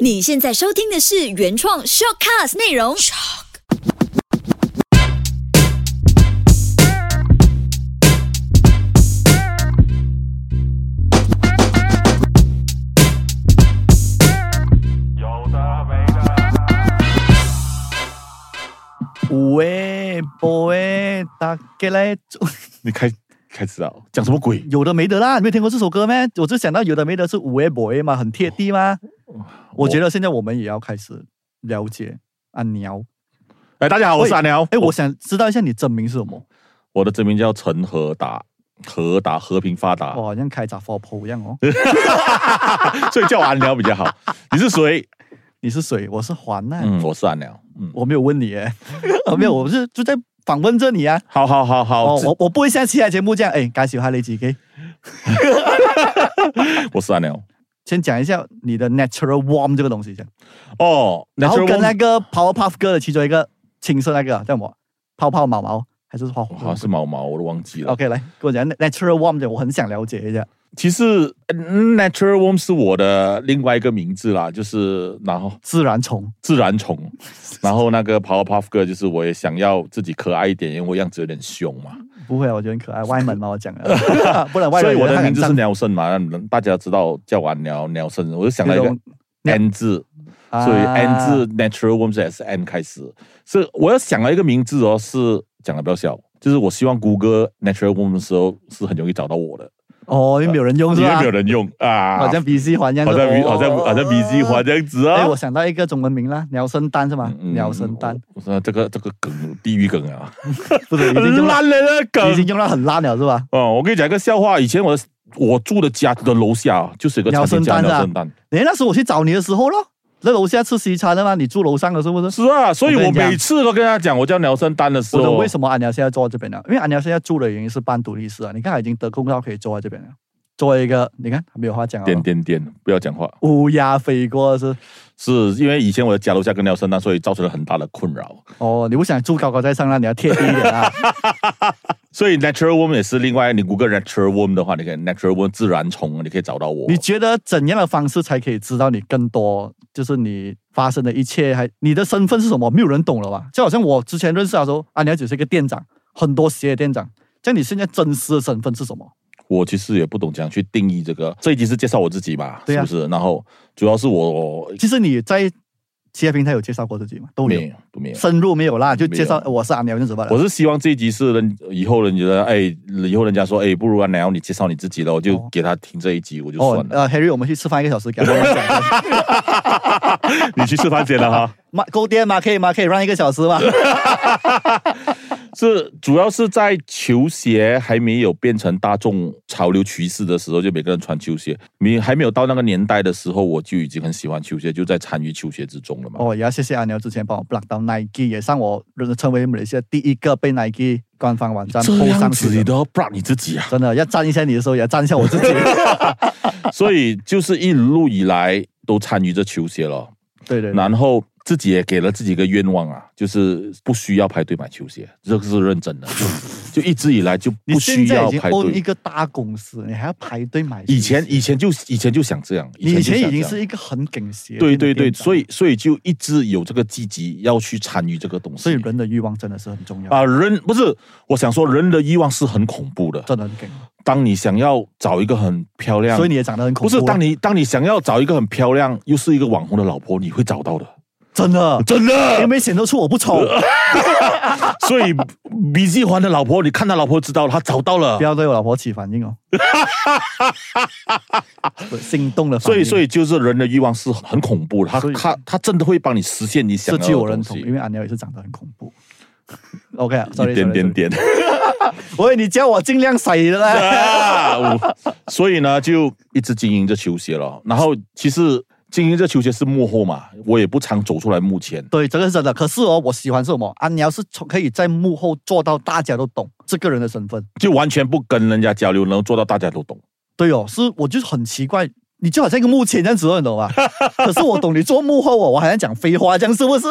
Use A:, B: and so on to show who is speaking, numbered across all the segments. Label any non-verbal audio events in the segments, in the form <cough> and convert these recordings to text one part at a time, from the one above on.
A: 你现在收听的是原创 shortcast 内容。
B: 有的没的。
C: 喂，波喂，大家来，
D: 你开开始啊，讲什么鬼？
C: 有的没的啦，你没有听过这首歌咩？我就想到有的没的是五 A 波 A 嘛，很贴地吗？我觉得现在我们也要开始了解阿鸟。
D: 哎，大家好，我是
C: 喂
D: 阿鸟。
C: 哎，我想知道一下你真名是什么？
D: 我的真名叫陈和达，和达和平发达
C: 我，好像开杂货铺一样哦。
D: 所以叫啊我阿鸟比较 <laughs> 好。你是谁？
C: 你是谁？我是环奈、
D: 嗯，我是阿鸟。嗯，
C: 我没有问你哎， <laughs> 啊没有，我是就在访问这你啊。
D: 好好好 <laughs> 好，
C: 哦，
D: 这
C: 我我不会像其他节目这样，哎，介绍下你自己。
D: <laughs> 我是阿鸟。
C: 先讲一下你的 natural warm 这个东西先，
D: 哦，
C: 然后
D: Natural
C: 跟
D: One-
C: 那个 Powerpuff 哥的其中一个亲生那个叫什么？泡泡毛毛还是花
D: 好像是毛毛，我都忘记了。
C: OK，来跟我讲 natural warm 的，我很想了解一下。
D: 其实嗯 Natural Warm 是我的另外一个名字啦，就是然后
C: 自然虫，
D: 自然虫， <laughs> 然后那个 Powerpuff 哥就是我也想要自己可爱一点，因为我样子有点凶嘛。
C: 不会啊，我觉得很可爱。外门嘛，
D: <laughs>
C: 我讲了，不然外
D: 所
C: 人
D: 以
C: 以为
D: 我的
C: 他
D: 名字是
C: 很脏
D: 鸟生嘛，让你们大家知道叫我鸟鸟生，我就想到一
C: 那
D: 个
C: 种
D: N 字，
C: 啊
D: 所以 N 字 natural worms 也是 N 开始。是我要想到一个名字哦，是讲的比较小，就是我希望谷歌 natural worms 的时候是很容易找到我的，
C: 哦，因为没有人用是
D: 因为
C: 吧
D: 没有？人用啊，
C: 好像 BC 环一样，
D: 好像 B
C: 哦
D: 好像好像 B G 花这样子
C: 哎，
D: 啊嗯
C: 我。想到一个中文名啦，鸟生蛋是吗？鸟生蛋，，
D: 我说这个这个梗，地狱梗啊，
C: 不是已经
D: 很啊
C: 用到
D: 烂了那个
C: 已
D: 梗。
C: 经用到很烂了是吧？
D: 哦，我跟你讲一个笑话，以前我的我住的家的楼下啊就是有个
C: 鸟
D: 餐厅叫
C: 生蛋是吧
D: 鸟生蛋，
C: 哎，那时候我去找你的时候咯，在楼下吃西餐的嘛，你住楼上的是不是？
D: 是啊，所以
C: 我
D: 我
C: 跟你讲
D: 每次都跟他讲，我叫鸟生丹的时
C: 我
D: 候，
C: 懂为什么安鸟现在坐在这边了，因为安鸟现在住的原因是半独立式啊，你看他已经得空到可以坐在这边了，作为一个你看没有话讲啊，
D: 点点点，不要讲话，
C: 乌鸦飞过是
D: 是因为以前我的家楼下跟鸟生蛋，所以造成了很大的困扰。
C: 哦，你不想住高高在上那你要贴低一点啊。
D: 所以 natural worm 也是另外，你谷歌 natural worm 的话，你可以 natural worm 自然虫，你可以找到我。
C: 你觉得怎样的方式才可以知道你更多？就是你发生的一切，还你的身份是什么？没有人懂了吧？就好像我之前认识他的时候，啊，你还只是一个店长，很多鞋的店长。像你现在真实的身份是什么？
D: 我其实也不懂怎样去定义这个，这一集是介绍我自己吧，
C: 对啊
D: 是不是？然后主要是我
C: 其实你在其他平台有介绍过自己吗？都
D: 没
C: 有，啊
D: 有都没有。
C: 深入没有啦，就介绍呃
D: 没
C: 我是阿苗，就怎么
D: 我
C: 了？
D: 是希望这一集是人以后人觉得，哎，以后人家说，哎，不如啊，然后你介绍你自己了，我就
C: 哦
D: 给他听这一集，我就
C: 哦
D: 算，了。
C: 呃，Harry，我们去吃饭一个小时，给他慢慢讲。
D: <laughs> 你去吃饭先了哈。
C: 妈，够电吗？可以吗？可以让一个小时吗？
D: 是主要是在球鞋还没有变成大众潮流趋势的时候，就每个人穿球鞋。你还没有到那个年代的时候，我就已经很喜欢球鞋，就在参与球鞋之中了嘛。
C: 哦，也要谢谢阿牛之前帮我 block 到 Nike，也让我成为马来西亚第一个被 Nike 官方网站
D: 这
C: po 上
D: 样
C: 去
D: 子
C: 的
D: 你都要 block 你自己 <laughs> 啊！
C: 真的要站一下你的时候，也要站一下我
D: <laughs>
C: 自己。
D: 所以就是一路以来都参与着球鞋了，
C: 对对对，
D: 然后自己也给了自己一个愿望啊，就是不需要排队买球鞋，这个是认真 <laughs> 的，就一直以来就
C: 你
D: 不
C: 现
D: 需
C: 在
D: 要
C: 已经
D: 排
C: own
D: 队。
C: 一个大公司，你还要排队买？
D: 以前，以前就以前就想这样，
C: 你以
D: 就
C: 前
D: 想
C: 已经
D: 这样
C: 是一个很梗鞋。
D: 对对对，所
C: 以
D: 以所以就一直有这个积极要去参与这个东西。
C: 所以人的欲望真的是很重要，
D: 啊，人不是我想说，人的欲望是很恐怖的。
C: 真的很梗。当
D: 当你想要找一个很漂亮，
C: 所以你也长得很恐
D: 不
C: 怖啊。
D: 是当你当你想要找一个很漂亮又是一个网红的老婆，你会找到的，
C: 真的，
D: 真
C: <laughs> 你有
D: 的。
C: 没有显得出我不丑？
D: 所以 B G 环的老婆，你看他老婆知道了他找到了
C: 不，要对我老婆起反
D: <laughs>
C: 应哦。心动的反
D: 所
C: 应，
D: 以所以就是人的欲望是很恐怖的，他
C: 所以
D: 他他真的会帮你实现你想
C: 这
D: 要的
C: 句我认
D: 东
C: 同，
D: 西
C: 因。为阿牛也是长得很恐怖。
D: <laughs>
C: OK 啊，sorry，
D: 一点
C: sorry，
D: 点
C: sorry
D: 点。
C: 喂，你教我尽量甩的
D: <laughs>
C: 啦。
D: 啊，我所以呢，就一直经营着球鞋了。然后其实经营这球鞋是幕后嘛，我也不常走出来幕前。
C: 对，这个是真的。可是哦，我喜欢是什么？啊，你要是从可以在幕后做到大家都懂这个人的身份，
D: 就完全不跟人家交流，能做到大家都懂。
C: 对哦，是我就是很奇怪，你就好像一个幕前这样子哦，
D: <laughs>
C: 你懂吗？可是我懂你做幕后哦，我好像讲废话这样，
D: <laughs>
C: 是不是？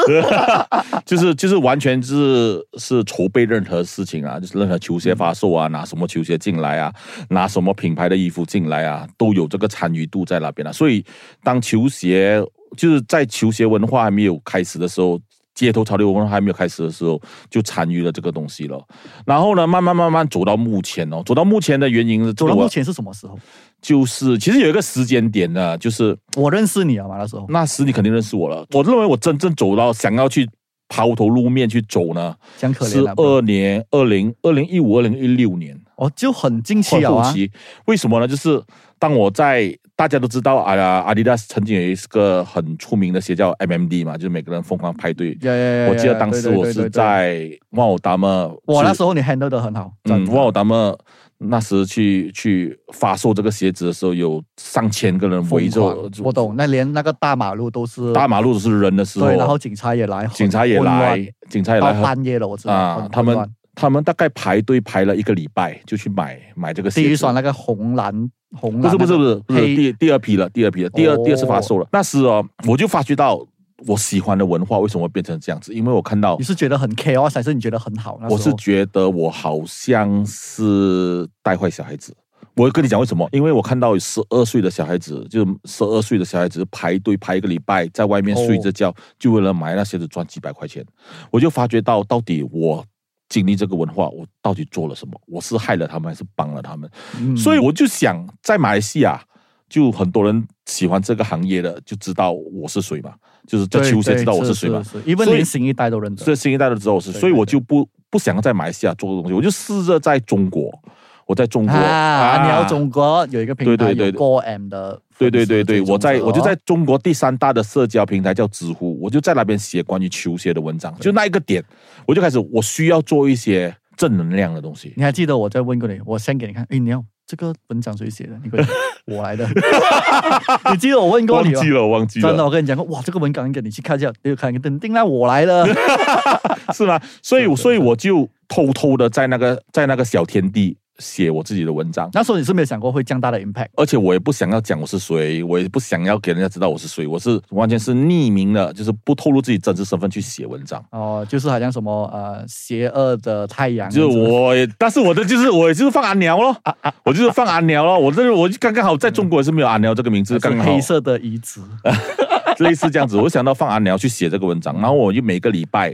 D: 就是就是完全是是筹备任何事情啊，就是任何球鞋发售啊，拿什么球鞋进来啊，拿什么品牌的衣服进来啊，都有这个参与度在那边啊。所以当球鞋就是在球鞋文化还没有开始的时候，街头潮流文化还没有开始的时候，就参与了这个东西了。然后呢，慢慢慢慢走到目前哦，走到目前的原因是，
C: 走到
D: 我
C: 目前是什么时候？
D: 就是其实有一个时间点的，就是
C: 我认识你啊嘛，那时候
D: 那时你肯定认识我了。我认为我真正走到想要去抛头露面去走呢，
C: 讲可
D: 是
C: 怜啊了，
D: 二年二零二零一五二零一六年。
C: 哦，就很近期
D: 很
C: 了
D: 后
C: 啊，
D: 期。为什么呢？就是当我在大家都知道啊，阿迪达斯曾经有一个很出名的鞋叫 MMD 嘛，就是每个人疯狂排队。
C: 呀呀呀呀
D: 我记得当时
C: 对对
D: 我
C: 对对
D: 是
C: 对
D: 在万欧达么，
C: 我那
D: 候
C: 时候你 handle 的很好，
D: 嗯，
C: 真的
D: 万欧达么。那时去去发售这个鞋子的时候，有上千个人围着
C: 疯狂我懂，那连那个大马路都是
D: 大马路都是人的时候，
C: 对，然后警察也来，
D: 警察也
C: 很混乱
D: 来，警察也
C: 到
D: 来很
C: 半夜了，我知道
D: 啊
C: 很，
D: 他
C: 混
D: 们
C: 乱
D: 他们大概排队排了一个礼拜，就去买买这个鞋
C: 哦第
D: 子。
C: 一双那个红蓝红蓝
D: 不
C: 那
D: 是
C: 个，
D: 不是不是不是
C: 黑
D: 第第二批了，第二批了，第二、
C: 哦
D: 第二次发售了。那时哦，我就发觉到我喜欢的文化为什么会变成这样子，因为我看到
C: 你，是觉得很 chaos 还是你觉得很好？那时候
D: 我是觉得我好像是带坏小孩子。我跟你讲为什么？因为我看到十二岁的小孩子，就十二岁的小孩子排队排一个礼拜，在外面
C: 哦
D: 睡着觉，就为了买那鞋子赚几百块钱，我就发觉到到底我经历这个文化，我到底做了什么？我是害了他们，还是帮了他们？
C: 嗯
D: 所以我就想，在马来西亚，就很多人喜欢这个行业的，就知道我是谁嘛，就是在
C: 对
D: 球鞋
C: 对
D: 知道我
C: 是
D: 谁嘛，
C: 是是因为
D: 所以
C: 连新一代都认得
D: 所以。新一代都知道我是谁，
C: 对
D: 所以
C: 对
D: 我就不不想在马来西亚做这个东西，我就试着在中国，我在中国
C: 啊，你要中国有一个平台，
D: 对对对
C: 有 Go M 的
D: 对
C: 粉丝，
D: 对对对，
C: 追踪者
D: 我在我就在中国第三大的社交平台叫知乎，我就在那边写关于球鞋的文章，就那一个点，我就开始我需要做一些正能量的东西。
C: 你还记得我在问过你，我先给你看，哎，你要这个文章谁写的？你给 <laughs> 我我来的，你记得我问过
D: 忘
C: 你吗？
D: 记了，我忘记了，
C: 真的，我跟你讲过，哇，这个文稿你给你去看一下，你有看，等定啦，我
D: <laughs>
C: 来了。
D: 是吗？所以
C: 对对
D: 所以我就偷偷的在那个在那个小天地写我自己的文章，
C: 那时候你是没有想过会这样大的 impact，
D: 而且我也不想要讲我是谁，我也不想要给人家知道我是谁，我是完全是匿名的，就是不透露自己真实身份去写文章。
C: 哦，就是好像什么呃，邪恶的太阳，
D: 就是我也，但是我的就是我也就是放阿鸟咯，
C: 啊
D: 我就是放阿鸟咯，我这我就刚刚好在中国也是没有阿鸟这个名字，
C: 这
D: 刚
C: 是
D: 刚好
C: 啊
D: 啊
C: 黑色的移植，
D: <laughs> 类似这样子，我想到放阿鸟去写这个文章，然后我就每个礼拜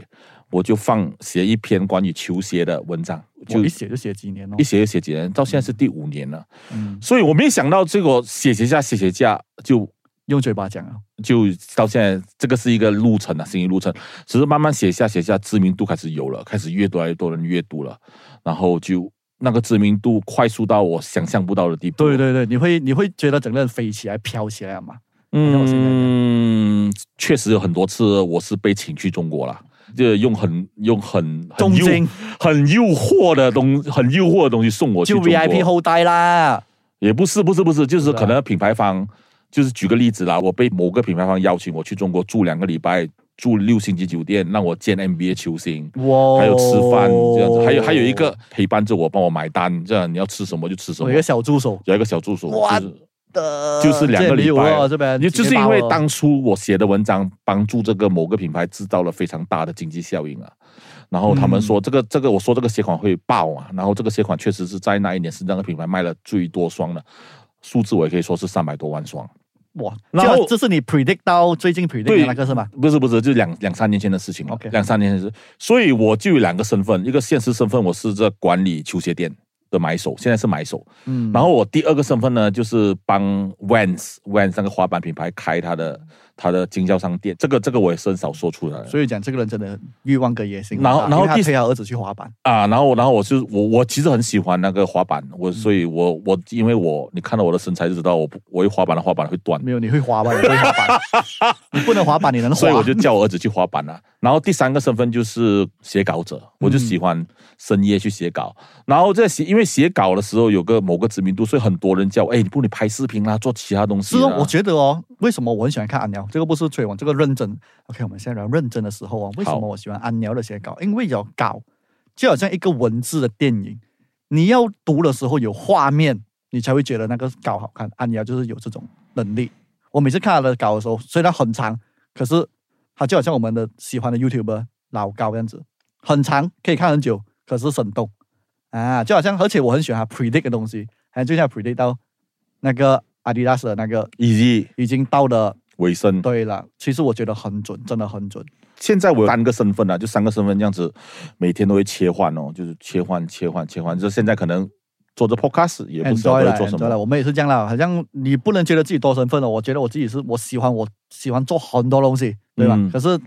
D: 我就放写一篇关于球鞋的文章，
C: 我
D: 就
C: 一写就写几年哦
D: 一，写就写几年，到现在是第五年了。
C: 嗯，
D: 所以我没想到这个写写下写写下就
C: 用嘴巴讲啊，
D: 就到现在，这个是一个路程啊，心理路程，只是慢慢写下写下，知名度开始有了，开始越多来越多人阅读了，然后就那个知名度快速到我想象不到的地步。
C: 对，对对，你会你会觉得整个人飞起来飘起来嘛？像我现在这样
D: 嗯，确实有很多次我是被请去中国了。就用很用很很
C: 中
D: 诱
C: 间
D: 很诱惑的东很诱惑的东西送我去
C: 就
D: 中国
C: VIP 后代啦，
D: 也不是，不是，不是，就是
C: 是啊
D: 可能品牌方，就是举个例子啦，我被某个品牌方邀请我去中国住两个礼拜，住六星级酒店，让我见 NBA 球星，
C: 哇，
D: 还有吃饭这样子，还有还有一个陪伴着我，帮我买单，这样你要吃什么就吃什
C: 我
D: 么
C: 哦有一。个小助手
D: 有一个小助手，
C: 哇
D: 就是
C: 的，
D: 就是两个礼
C: 这里有
D: 拜
C: 了这边
D: 因为就是因为
C: 直接把我
D: 当初我写的文章帮助这个某个品牌制造了非常大的经济效应啊。然后他
C: 嗯
D: 们说这个、这个，我说这个鞋款会爆啊，然后这个鞋款确实是在那一年是那个品牌卖了最多双的，数字我也可以说是三百多万双。
C: 哇，
D: 然后
C: 这这是你 predict 到最近 predict
D: 对
C: 的那个是吗？
D: 不是不是，就两两三年前的事情了。
C: OK
D: 两三年前的事，所以我就有两个身份，一个现实身份，我是这管理球鞋店的买手，现在是买手。
C: 嗯，
D: 然后我第二个身份呢，就是帮 Vans Vans 那个滑板品牌开它的它的经销商店，这个这个我也是很少说出来的。
C: 所以讲这个人真的欲望跟野心很
D: 然
C: 大，
D: 后然后
C: 因为
D: 第
C: 他推他儿子去
D: <laughs>
C: 滑板，
D: 啊，然后然后我就是我我其实很喜欢那个滑板，
C: 嗯
D: 我所以我我因为我你看到我的身材就知道我不我一滑板的滑板会断，
C: 没有你会滑板，你不会滑板，你不能滑板，你能滑，
D: 所以我就叫我儿子去滑板了、然后第三个身份就是写稿者，
C: 嗯
D: 我就喜欢深夜去写稿。然后这写因为写稿的时候有个某个知名度，所以很多人叫我哎，你不如你拍视频啦，做其他东西啊
C: 是
D: 啦。
C: 哦，我觉得哦，为什么我很喜欢看安鸟？这个不是吹我，这个认真。OK，我们现在聊认真的时候啊，为什
D: 好
C: 么我喜欢安鸟的写稿？因为有稿，就好像一个文字的电影，你要读的时候有画面，你才会觉得那个稿好看。安鸟就是有这种能力。我每次看他的稿的时候，虽然很长，可是他就好像我们的喜欢的 YouTuber 老高这样子，很长可以看很久，可是生动啊，就好像而且我很喜欢他 predict 的东啊西，还最近他 predict 到那个 Adidas 的那个
D: 以及
C: 已经到了
D: 维生。
C: 对了，其实我觉得很准，真的很准。
D: 现在我有三个身份啊，就三个身份这样子，每天都会切换哦，就是切换、切换、切换。就现在可能做着 podcast 也不知道
C: enjoy
D: 在
C: 了
D: 做什
C: ，enjoy 了，
D: 么。
C: 我们也是这样啦。好像你不能觉得自己多身份了，我觉得我自己是我喜欢，我喜欢做很多东西，对吧？
D: 嗯
C: 可是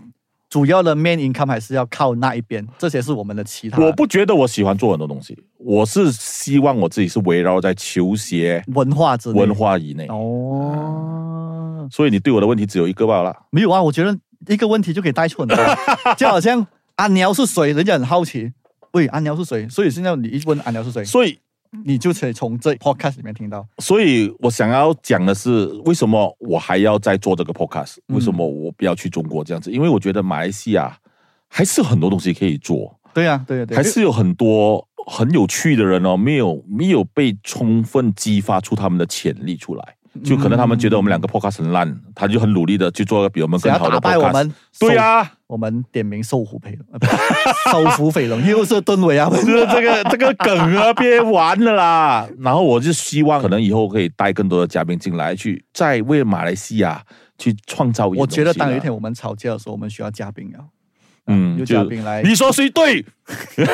C: 主要的 main income 还是要靠那一边，这些是我们的其他
D: 我不觉得我喜欢做很多东西，我是希望我自己是围绕在球鞋
C: 文化之类
D: 文化以内。
C: 哦。
D: 所以你对我的问题只有一个罢了。
C: 没有啊，我觉得一个问题就可以带出
D: <laughs>
C: 很多，就好像阿鸟是谁，人家很好奇，喂，阿鸟是谁？所以现在你一问阿鸟是谁，
D: 所以，
C: 你就可以从这 podcast 里面听到。
D: 所以我想要讲的是，为什么我还要再做这个 podcast？
C: 嗯
D: 为什么我不要去中国这样子？因为我觉得马来西亚还是有很多东西可以做。
C: 对呀、啊，对呀、啊，对啊、
D: 还是有很多很有趣的人哦，没有没有被充分激发出他们的潜力出来。
C: 嗯
D: 就可能他们觉得我们两个 podcast 很烂，他就很努力的去做个比我们更
C: 想要
D: 好
C: 打
D: 的
C: 败我
D: podcast。
C: 们，
D: 对啊呀、
C: 我们点名瘦虎肥 <laughs> 龙，瘦虎肥龙又是蹲尾啊！不
D: 就是是这个这个梗啊，别玩了啦。然后我就希
C: <laughs>
D: 望可能以后可以带更多的嘉宾进来，去再为马来西亚去创造一点
C: <laughs> 我觉得
D: 东西啦
C: 当有一天我们吵架的时候，我们需要嘉宾啊，
D: 嗯，
C: 有
D: 就
C: 嘉宾来
D: 你说谁对？你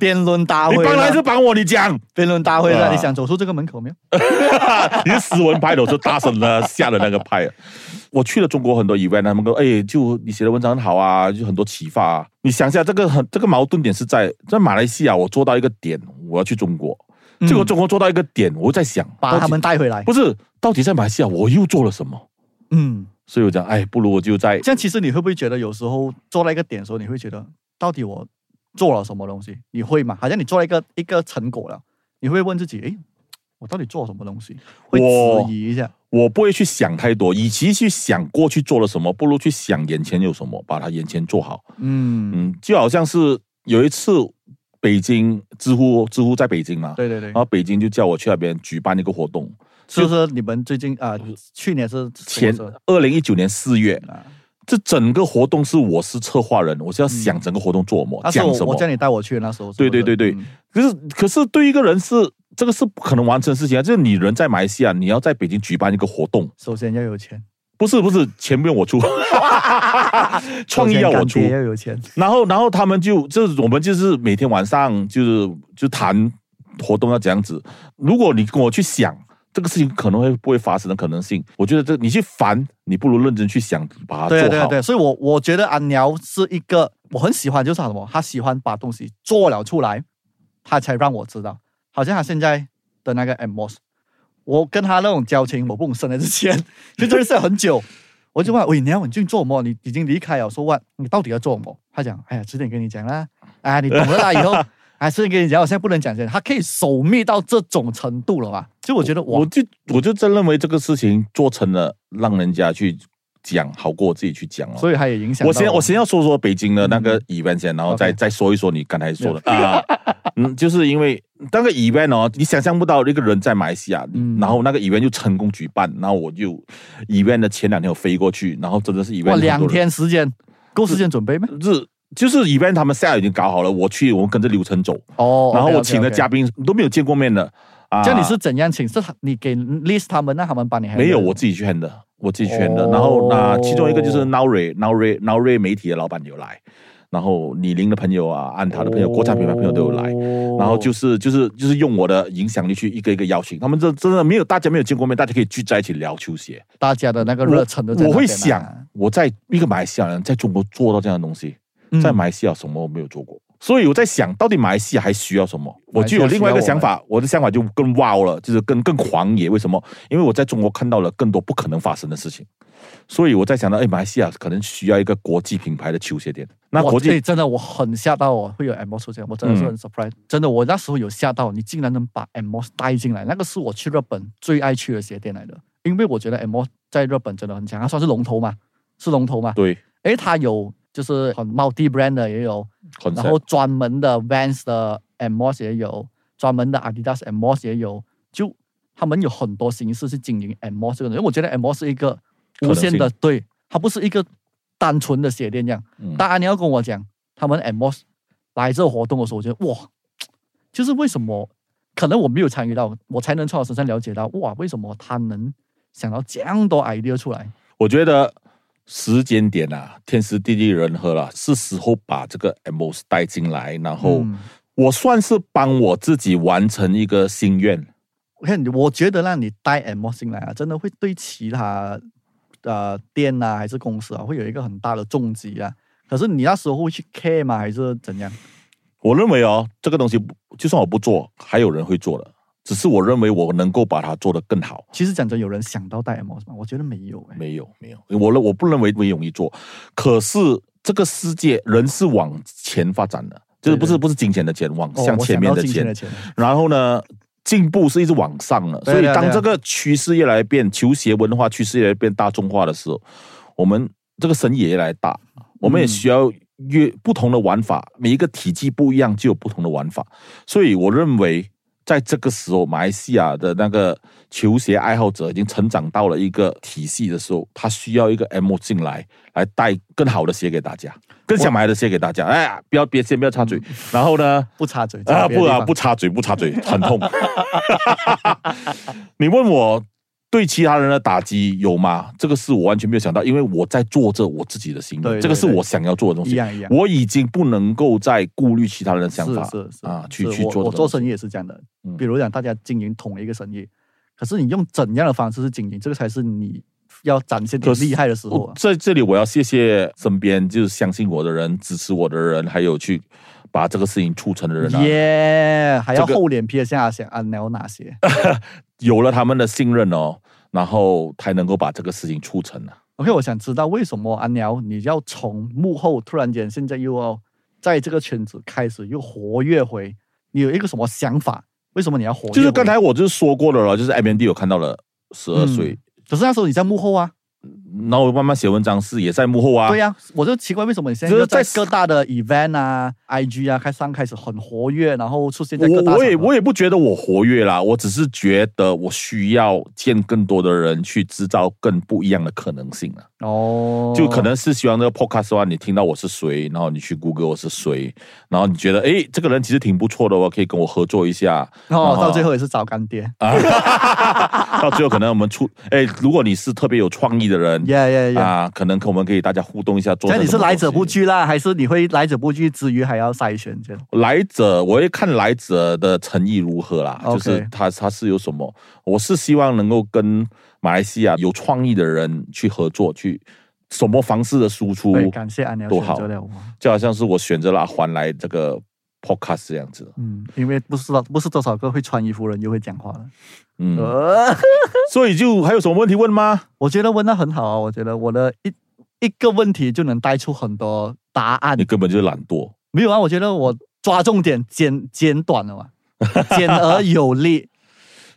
C: 辩论大会啦，
D: 帮来是帮我，你讲。
C: 辩论大会啦，
D: 啊
C: 你想走出这个门口没有？
D: <laughs> 你是斯文派的，我就大声的吓了那个派。我去了中国很多 event，他们说：“哎，就你写的文章很好啊，就很多启发啊。”你想一下，这个很这个矛盾点是在在马来西亚，我做到一个点，我要去中国，结果中国做到一个点，我在想，
C: 嗯把
D: 到底
C: 他们带回来。
D: 不是到底在马来西亚我又做了什么？
C: 嗯，
D: 所以我讲，哎，不如我就在
C: 这样其实你会不会觉得有时候做到一个点的时候，你会觉得到底我做了什么东西？你会吗？好像你做了一个一个成果了，你会问自己，诶，我到底做了什么东西？会
D: 我
C: 质疑一下。
D: 我不会去想太多，与其去想过去做了什么，不如去想眼前有什么，把它眼前做好。
C: 嗯，
D: 嗯，就好像是有一次北京知乎知乎在北京嘛，
C: 对对对
D: 然。后北京就叫我去那边举办一个活动，
C: 是不是你们最近
D: 呃
C: 啊、去年是什么
D: 前
C: 时候
D: 二零一九年四月，
C: 啊？
D: 这整个活动是我是策划人，我是要想整个活动做什么，
C: 那时候
D: 讲什
C: 啊我
D: 么
C: 我。叫你带我去，那时候是不
D: 对
C: 是
D: 对对对
C: 嗯，
D: 可是可是对一个人是这个是不可能完成的事情啊！就是你人在马来西亚，你要在北京举办一个活动，
C: 首先要有钱，
D: 不是不是，钱不用我
C: <laughs>
D: 出，创意要我出
C: 首先干。爹要有钱，
D: 然后，然后他们就就是我们就是每天晚上就是就谈活动要怎样子。如果你跟我去想这个事情可能会不会发生的可能性，我觉得这你去烦，你不如认真去想把它做
C: 对
D: 好。
C: 啊对啊对啊，所以我我觉得阿鸟是一个我很喜欢，就是他什么，他喜欢把东西做了出来，他才让我知道。好像他现在的那个 MOS，我跟他那种交情，我不懂生了之前 <laughs> 就真的是很久。我就问，喂，你要你最近做什么？你已经离开了，说问你到底要做什么？他讲，哎呀，迟点跟你讲啦，啊，你懂了啦，以后， <laughs> 啊，迟点跟你讲，我现在不能讲这，他可以守密到这种程度了嘛？就我觉得，哇
D: 我，就我就真认为这个事情做成了，让人家去讲好过我自己去讲哦。
C: 所以他也影响到
D: 我先我先要说说北京的那个
C: 嗯
D: event 先，然后再
C: OK
D: 再说一说你刚才说的啊， <laughs> 嗯，就是因为那个 event 哦，你想象不到一个人在马来西亚，
C: 嗯
D: 然后那个 event 就成功举办，然后我就 event 的前两天我飞过去，然后真的是 event
C: 哇
D: 很多人
C: 两天时间，够时间准备吗？
D: 是。就是 event 他们下已经搞好了，我去，我们跟着流程走，
C: 哦，
D: 然后
C: OK，OK，OK
D: 我请的嘉宾都没有见过面的啊。
C: 这样你是怎样请？是他你给 list 他们，让他们帮你 handle？
D: 没有，我自己去 h 的，我自己去 h 的。
C: 哦
D: 然后那其中一个就是 Now Ray Now Ray Now Ray 媒体的老板有来，然后李宁的朋友啊，安踏的
C: 哦
D: 朋友，国产品牌朋友都有来。然后就是是就是就是用我的影响力去一个一个邀请，他们这真的没有大家没有见过面，大家可以聚在一起聊球鞋。
C: 大家的那个
D: 我
C: 热忱都在那边啊
D: 我会想，我在一个马来西亚人在中国做到这样的东西，
C: 嗯
D: 在马来西亚什么我没有做过，所以我在想到底马来西亚还需要什么？
C: 马
D: 我
C: 来西
D: 就
C: 亚
D: 有另外一个想法，我的想法就更 wow 了，就是更更狂野。为什么？因为我在中国看到了更多不可能发生的事情，所以我在想到，哎，马来西亚可能需要一个国际品牌的球鞋店。那
C: 哇
D: 国际嗯
C: 对真的我很吓到我，会有 MOS 出现，我真的是很 surprise。真的，我那时候有吓到，你竟然能把 MOS 带进来，那个是我去日本最爱去的鞋店来的，因为我觉得 MOS 在日本真的很强，它算是龙头嘛，是龙头嘛。
D: 对，
C: 诶，它有就是很 multi brand 的也有，
D: 很
C: 然后专门的 Vans 的 MOS 也有，专门的 Adidas MOS 也有，就他们有很多形式去经营 MOS 这个东西。因为我觉得 MOS 是一个无限
D: 可能
C: 的，对，它不是一个单纯的鞋店这样。
D: 嗯
C: 当然你要跟我讲，他们 MOS 来这个活动的时候，我觉得哇，就是为什么可能我没有参与到，我才能从我身上了解到哇，为什么他能想到这样多 idea 出来。
D: 我觉得时间点啊，天时地利人和了，是时候把这个 MOS 带进来，然后
C: 嗯
D: 我算是帮我自己完成一个心愿。
C: 我看，我觉得让你带 M 进来啊，真的会对其他呃店啊还是公司啊，会有一个很大的冲击啊。可是你那时候会去 care 吗？还是怎样？
D: 我认为哦，这个东西不就算我不做，还有人会做的，只是我认为我能够把它做得更好。
C: 其实讲真，有人想到带 M 吗？我觉得没有、欸，
D: 没有，没有，我认我不认为不容易做，可是这个世界人是往前发展的，就是不
C: 对
D: 是
C: 对
D: 不是金钱的钱，往
C: 哦
D: 向
C: 我
D: 前
C: 想
D: 面
C: 到
D: 的
C: 金
D: 钱
C: 钱的，钱，
D: 然后呢，进步是一直往上的，
C: 对啊
D: 所以
C: 对
D: 当
C: 对
D: 这个趋势越来越变，球鞋文化趋势越来越变大众化的时候，我们这个生意也越来越大，我们也需要越不同的玩法，每一个体系不一样就有不同的玩法，所以我认为。在这个时候，马来西亚的那个球鞋爱好者已经成长到了一个体系的时候，他需要一个 M 进来，来带更好的鞋给大家，更想买的鞋给大家。哎呀，不要别先不要插
C: 嗯
D: 嘴。然后呢，
C: 不插嘴
D: 啊，
C: 找别的
D: 不
C: 地
D: 啊，
C: 方
D: 不插嘴，不插
C: <laughs>
D: 嘴，很痛。 <laughs> 你问我对其他人的打击有吗？这个是我完全没有想到，因为我在做着我自己的行
C: 对
D: 为，
C: 对
D: 这个是
C: 对
D: 我想要做的东
C: 一
D: 西。
C: 样一样。
D: 我已经不能够再顾虑其他人的想法
C: 是是是
D: 啊，去
C: 是
D: 去
C: 我
D: 做这
C: 我
D: 个
C: 做
D: 东西
C: 生意也是这样的
D: 嗯，
C: 比如讲大家经营同一个生意，可是你用怎样的方式去经营，这个才是你要展现你
D: 可是
C: 厉害的时候
D: 我
C: 啊。
D: 在这里，我要谢谢身边就是相信我的人、支持我的人，还有去把这个事情促成的人啊，
C: 耶、还要
D: 这个
C: 厚脸皮的下想啊，你有哪些？
D: 有了他们的信任哦，然后才能够把这个事情促成啊。
C: OK，我想知道为什么阿鸟你要从幕后突然间现在又要在这个圈子开始又活跃回，你有一个什么想法？为什么你要活跃回？嗯
D: 就是刚才我就是说过了了，就是 MND 有看到了十二岁，
C: 可是那时候你在幕后啊，
D: 然后我慢慢写文章是也在幕后啊。
C: 对呀、我就奇怪为什么你现在
D: 就是
C: 又在
D: 在
C: 各大的 event 啊、IG 啊开上开始很活跃，然后出现在各大
D: 我我也
C: 场合
D: 我也不觉得我活跃啦，我只是觉得我需要见更多的人，去制造更不一样的可能性啊。
C: 哦，
D: 就可能是希望这个 podcast 的话，你听到我是谁，然后你去 Google 我是谁，然后你觉得诶这个人其实挺不错的哦，可以跟我合作一下。 <laughs>
C: 哦，
D: 啊
C: 到最后也是找干爹，
D: 啊，到最后可能我们出诶，如果你是特别有创意的人
C: 耶耶耶！
D: 啊，可能跟我们可以大家互动一下，做
C: 那
D: 成
C: 你
D: 什
C: 是
D: 么
C: 来
D: 东
C: 者不
D: 西
C: 拒啦，还是你会来者不拒之余还要筛选这样？
D: 来者，我会看来者的诚意如何啦
C: OK
D: 就是他他是有什么，我是希望能够跟马来西亚有创意的人去合作，去什么方式的输出，
C: 对，感谢阿鸟
D: 多
C: 选
D: 好
C: 择了我。
D: 就好像是我选择了环来这个 podcast 这样子，
C: 嗯，因为不知道不是多少个会穿衣服的人又会讲话了。
D: 嗯，
C: 呃， <laughs>
D: 所以就还有什么问题问吗？
C: 我觉得问的很好啊，我觉得我的一一个问题就能带出很多答案
D: 你。根本就懒惰，
C: 没有啊，我觉得我抓重点简简短
D: <laughs>
C: 了嘛，简而有力。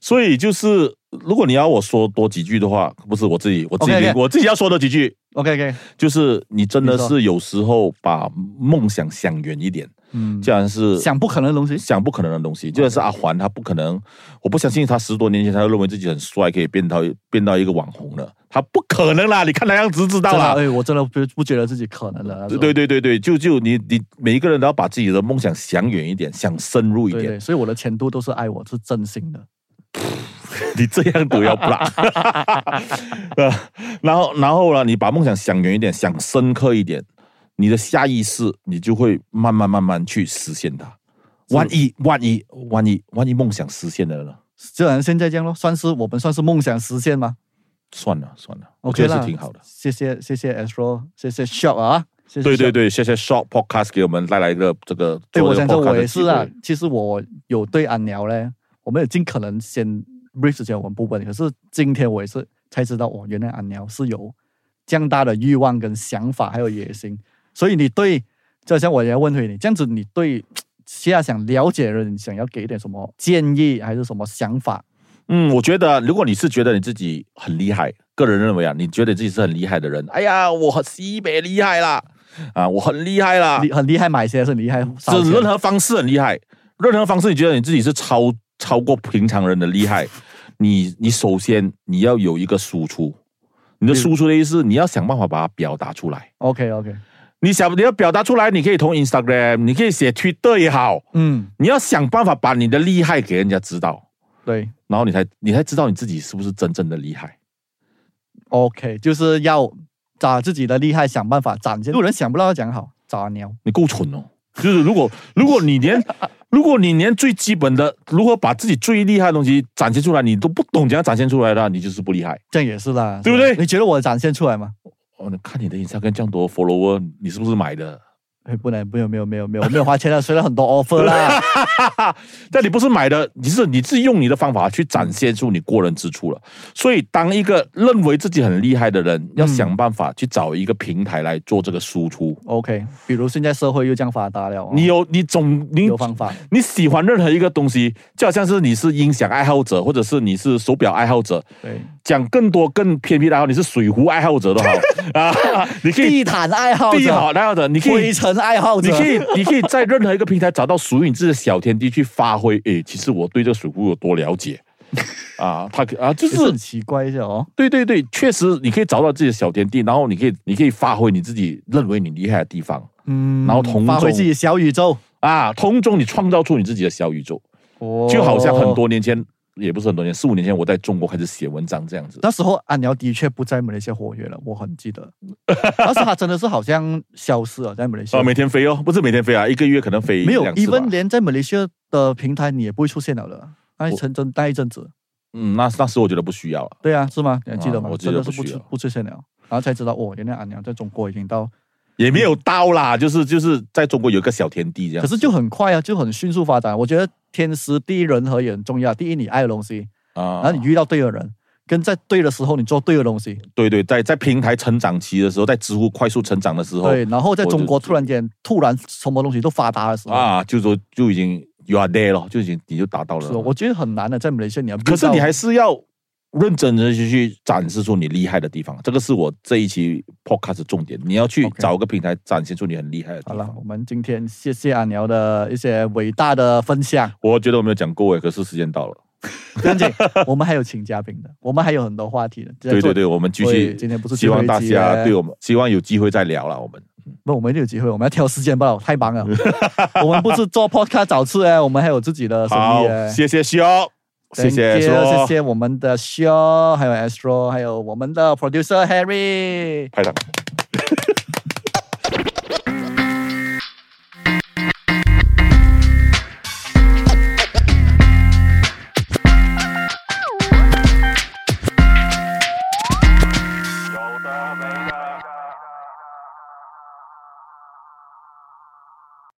D: 所以就是如果你要我说多几句的话，不是我自己，我自己
C: OK，OK
D: 我自己要说多几句，
C: OK OK，
D: 就是你真的
C: 你说
D: 是有时候把梦想想远一点，
C: 嗯，
D: 既然是
C: 想不可能的东西，
D: 想不可能的东西，就算是阿环，他不可能，我不相信他十多年前他就认为自己很帅，可以变到变到一个网红了，他不可能啦！你看他样子就知道
C: 真的，
D: 啦。
C: 哎，我真的不不觉得自己可能了。那时
D: 啊对对
C: 候
D: 对对对，就就你你每一个人都要把自己的梦想想远一点，想深入一
C: 对
D: 点
C: 对，。所以我的前度都是爱我，是真心的。
D: 你这样都要不
C: <laughs>
D: 啦？呃然后然后呢，你把梦想想远一点，想深刻一点，你的下意识你就会慢慢慢慢去实现它。万一万一万一万一梦想实现了呢？
C: 就像现在这样咯，算是我们算是梦想实现吗
D: 算了算了，我
C: ？OK
D: 觉得
C: 啦，
D: 是挺好的。
C: 谢谢谢谢 Astro，谢谢 Shop 啊，谢谢
D: 对
C: Shock
D: 对对，谢谢 Short Podcast 给我们带来一个这个。
C: 对，我
D: 做
C: 想
D: 这
C: 说，
D: 个 podcast
C: 我
D: 的
C: 也
D: 机
C: 是
D: 会
C: 啊。其实我有对安聊嘞，我们也尽可能先 brief 之前我们不问，可是今天我也是才知道，哦，原来安聊是有这样大的欲望跟想法，还有野心。所以你对，就像我也要问回你，这样子你对其他想了解的人，你想要给一点什么建议，还是什么想法？
D: 嗯，我觉得如果你是觉得你自己很厉害，个人认为啊，你觉得自己是很厉害的人，哎呀，我很西北厉害啦，啊，我很厉害啦，
C: 厉很厉害，买鞋是很厉害，
D: 是
C: 烧钱
D: 任何方式很厉害，任何方式你觉得你自己是超超过平常人的厉害， <laughs> 你你首先你要有一个输出，你的
C: 嗯
D: 输出的意思，你要想办法把它表达出来。
C: OK OK，
D: 你想你要表达出来，你可以从 Instagram，你可以写 Twitter 也好，
C: 嗯，
D: 你要想办法把你的厉害给人家知道，
C: 对，
D: 然后你才你才知道你自己是不是真正的厉害。
C: OK，就是要找自己的厉害，想办法展现。路人想不到要讲好，找鸟。
D: 你够蠢哦！就是如果如果你连 <laughs> 如果你连最基本的如何把自己最厉害的东西展现出来，你都不懂怎样展现出来的话，你就是不厉害。
C: 这样也是啦，
D: 对不对
C: 你觉得我展现出来吗？
D: 哦，你看你的 Instagram 这样多 follower，你是不是买的？
C: 哎，不能，没有，没有，没有，没
D: <laughs>
C: 有，我没有花钱了，虽然很多 offer 啦。 <laughs>
D: 但你不是买的，你是你自己用你的方法去展现出你过人之处了。所以，当一个认为自己很厉害的人，要想办法去找一个平台来做这个输出。
C: OK，比如现在社会又这样发达了哦，
D: 你有你总你
C: 有方法，
D: 你喜欢任何一个东西，就好像是你是音响爱好者，或者是你是手表爱好者，
C: 对，
D: 讲更多更偏僻的爱好，你是水壶爱好者 <laughs> 都好啊，你可以
C: 地毯爱好
D: 地好
C: 者、
D: 爱好者，你可以
C: 灰尘爱好者，
D: 你可以，你可以在任何一个平台找到属于你自己的小天地去发挥。诶，其实我对这个水壶有多了解啊？他可啊，就
C: 也是
D: 是
C: 很奇怪一下哦。
D: 对对对，确实你可以找到自己的小天地，然后你可以，你可以发挥你自己认为你厉害的地方
C: 嗯
D: 然后同
C: 发挥
D: 种
C: 自己小宇宙，
D: 啊，从中你创造出你自己的小宇宙。
C: 哦
D: 就好像很多年前，也不是很多年，四五年前我在中国开始写文章这样子。
C: 那时候安鸟的确不在马来西亚活跃了，我很记得。 <laughs> 但是他真的是好像消失了，在马来西亚
D: 啊，每天飞哦，不是每天飞啊，一个月可能飞
C: 没有
D: 两次吧
C: ，even 连在马来西亚的平台你也不会出现了的。那一阵阵那一阵子，
D: 嗯，那那时候我觉得不需要了。
C: 对啊，是吗？你还记得吗？
D: 啊我记
C: 真
D: 得
C: 的
D: 不
C: 是不
D: 需
C: 出
D: 要
C: 不出现了，然后才知道哦，原来安鸟在中国已经到，
D: 也没有到啦，就是就是在中国有一个小天地这样。
C: 可是就很快啊，就很迅速发展。我觉得天时地利人和也很重要。第一，你爱的东西，
D: 啊
C: 然后你遇到对的人，跟在对的时候你做对的东西，
D: 对对，在在平台成长期的时候，在知乎快速成长的时候，
C: 对。然后在
D: 哦我就
C: 中国突然间突然什么东西都发达的时候，
D: 啊，就说就已经 you are there 了，就已经你就达到了。
C: 是，哦我觉得很难的，在马来西亚你要遇到。
D: 可是你还是要认真的去去展示出你厉害的地方，这个是我这一期 podcast 的重点。你要去
C: OK
D: 找个平台展现出你很厉害的
C: 好
D: 地
C: 了
D: 方。，
C: 我们今天谢谢阿鸟的一些伟大的分享。 <laughs>
D: 我觉得我没有讲够诶，可是时间到了。
C: 不要紧，我们还有请嘉宾的，我们还有很多话题的。
D: 对对对，我们继
C: 所
D: 续
C: 以。今天不是
D: 希
C: 最后
D: 望
C: 一
D: 大
C: 集
D: 家
C: 耶
D: 对我们，希望有机会再聊了。我们
C: 不，我们一定有机会，我们要挑时间不然我太忙了。 <laughs> 我们不是做 podcast 找吃哎，我们还有自己的生
D: 好
C: 意哎，。
D: 谢谢修，谢谢
C: Thank you，
D: 说，
C: 谢谢我们的 Show，还有 Astro，还有我们的 producer Harry。
D: 拍掌。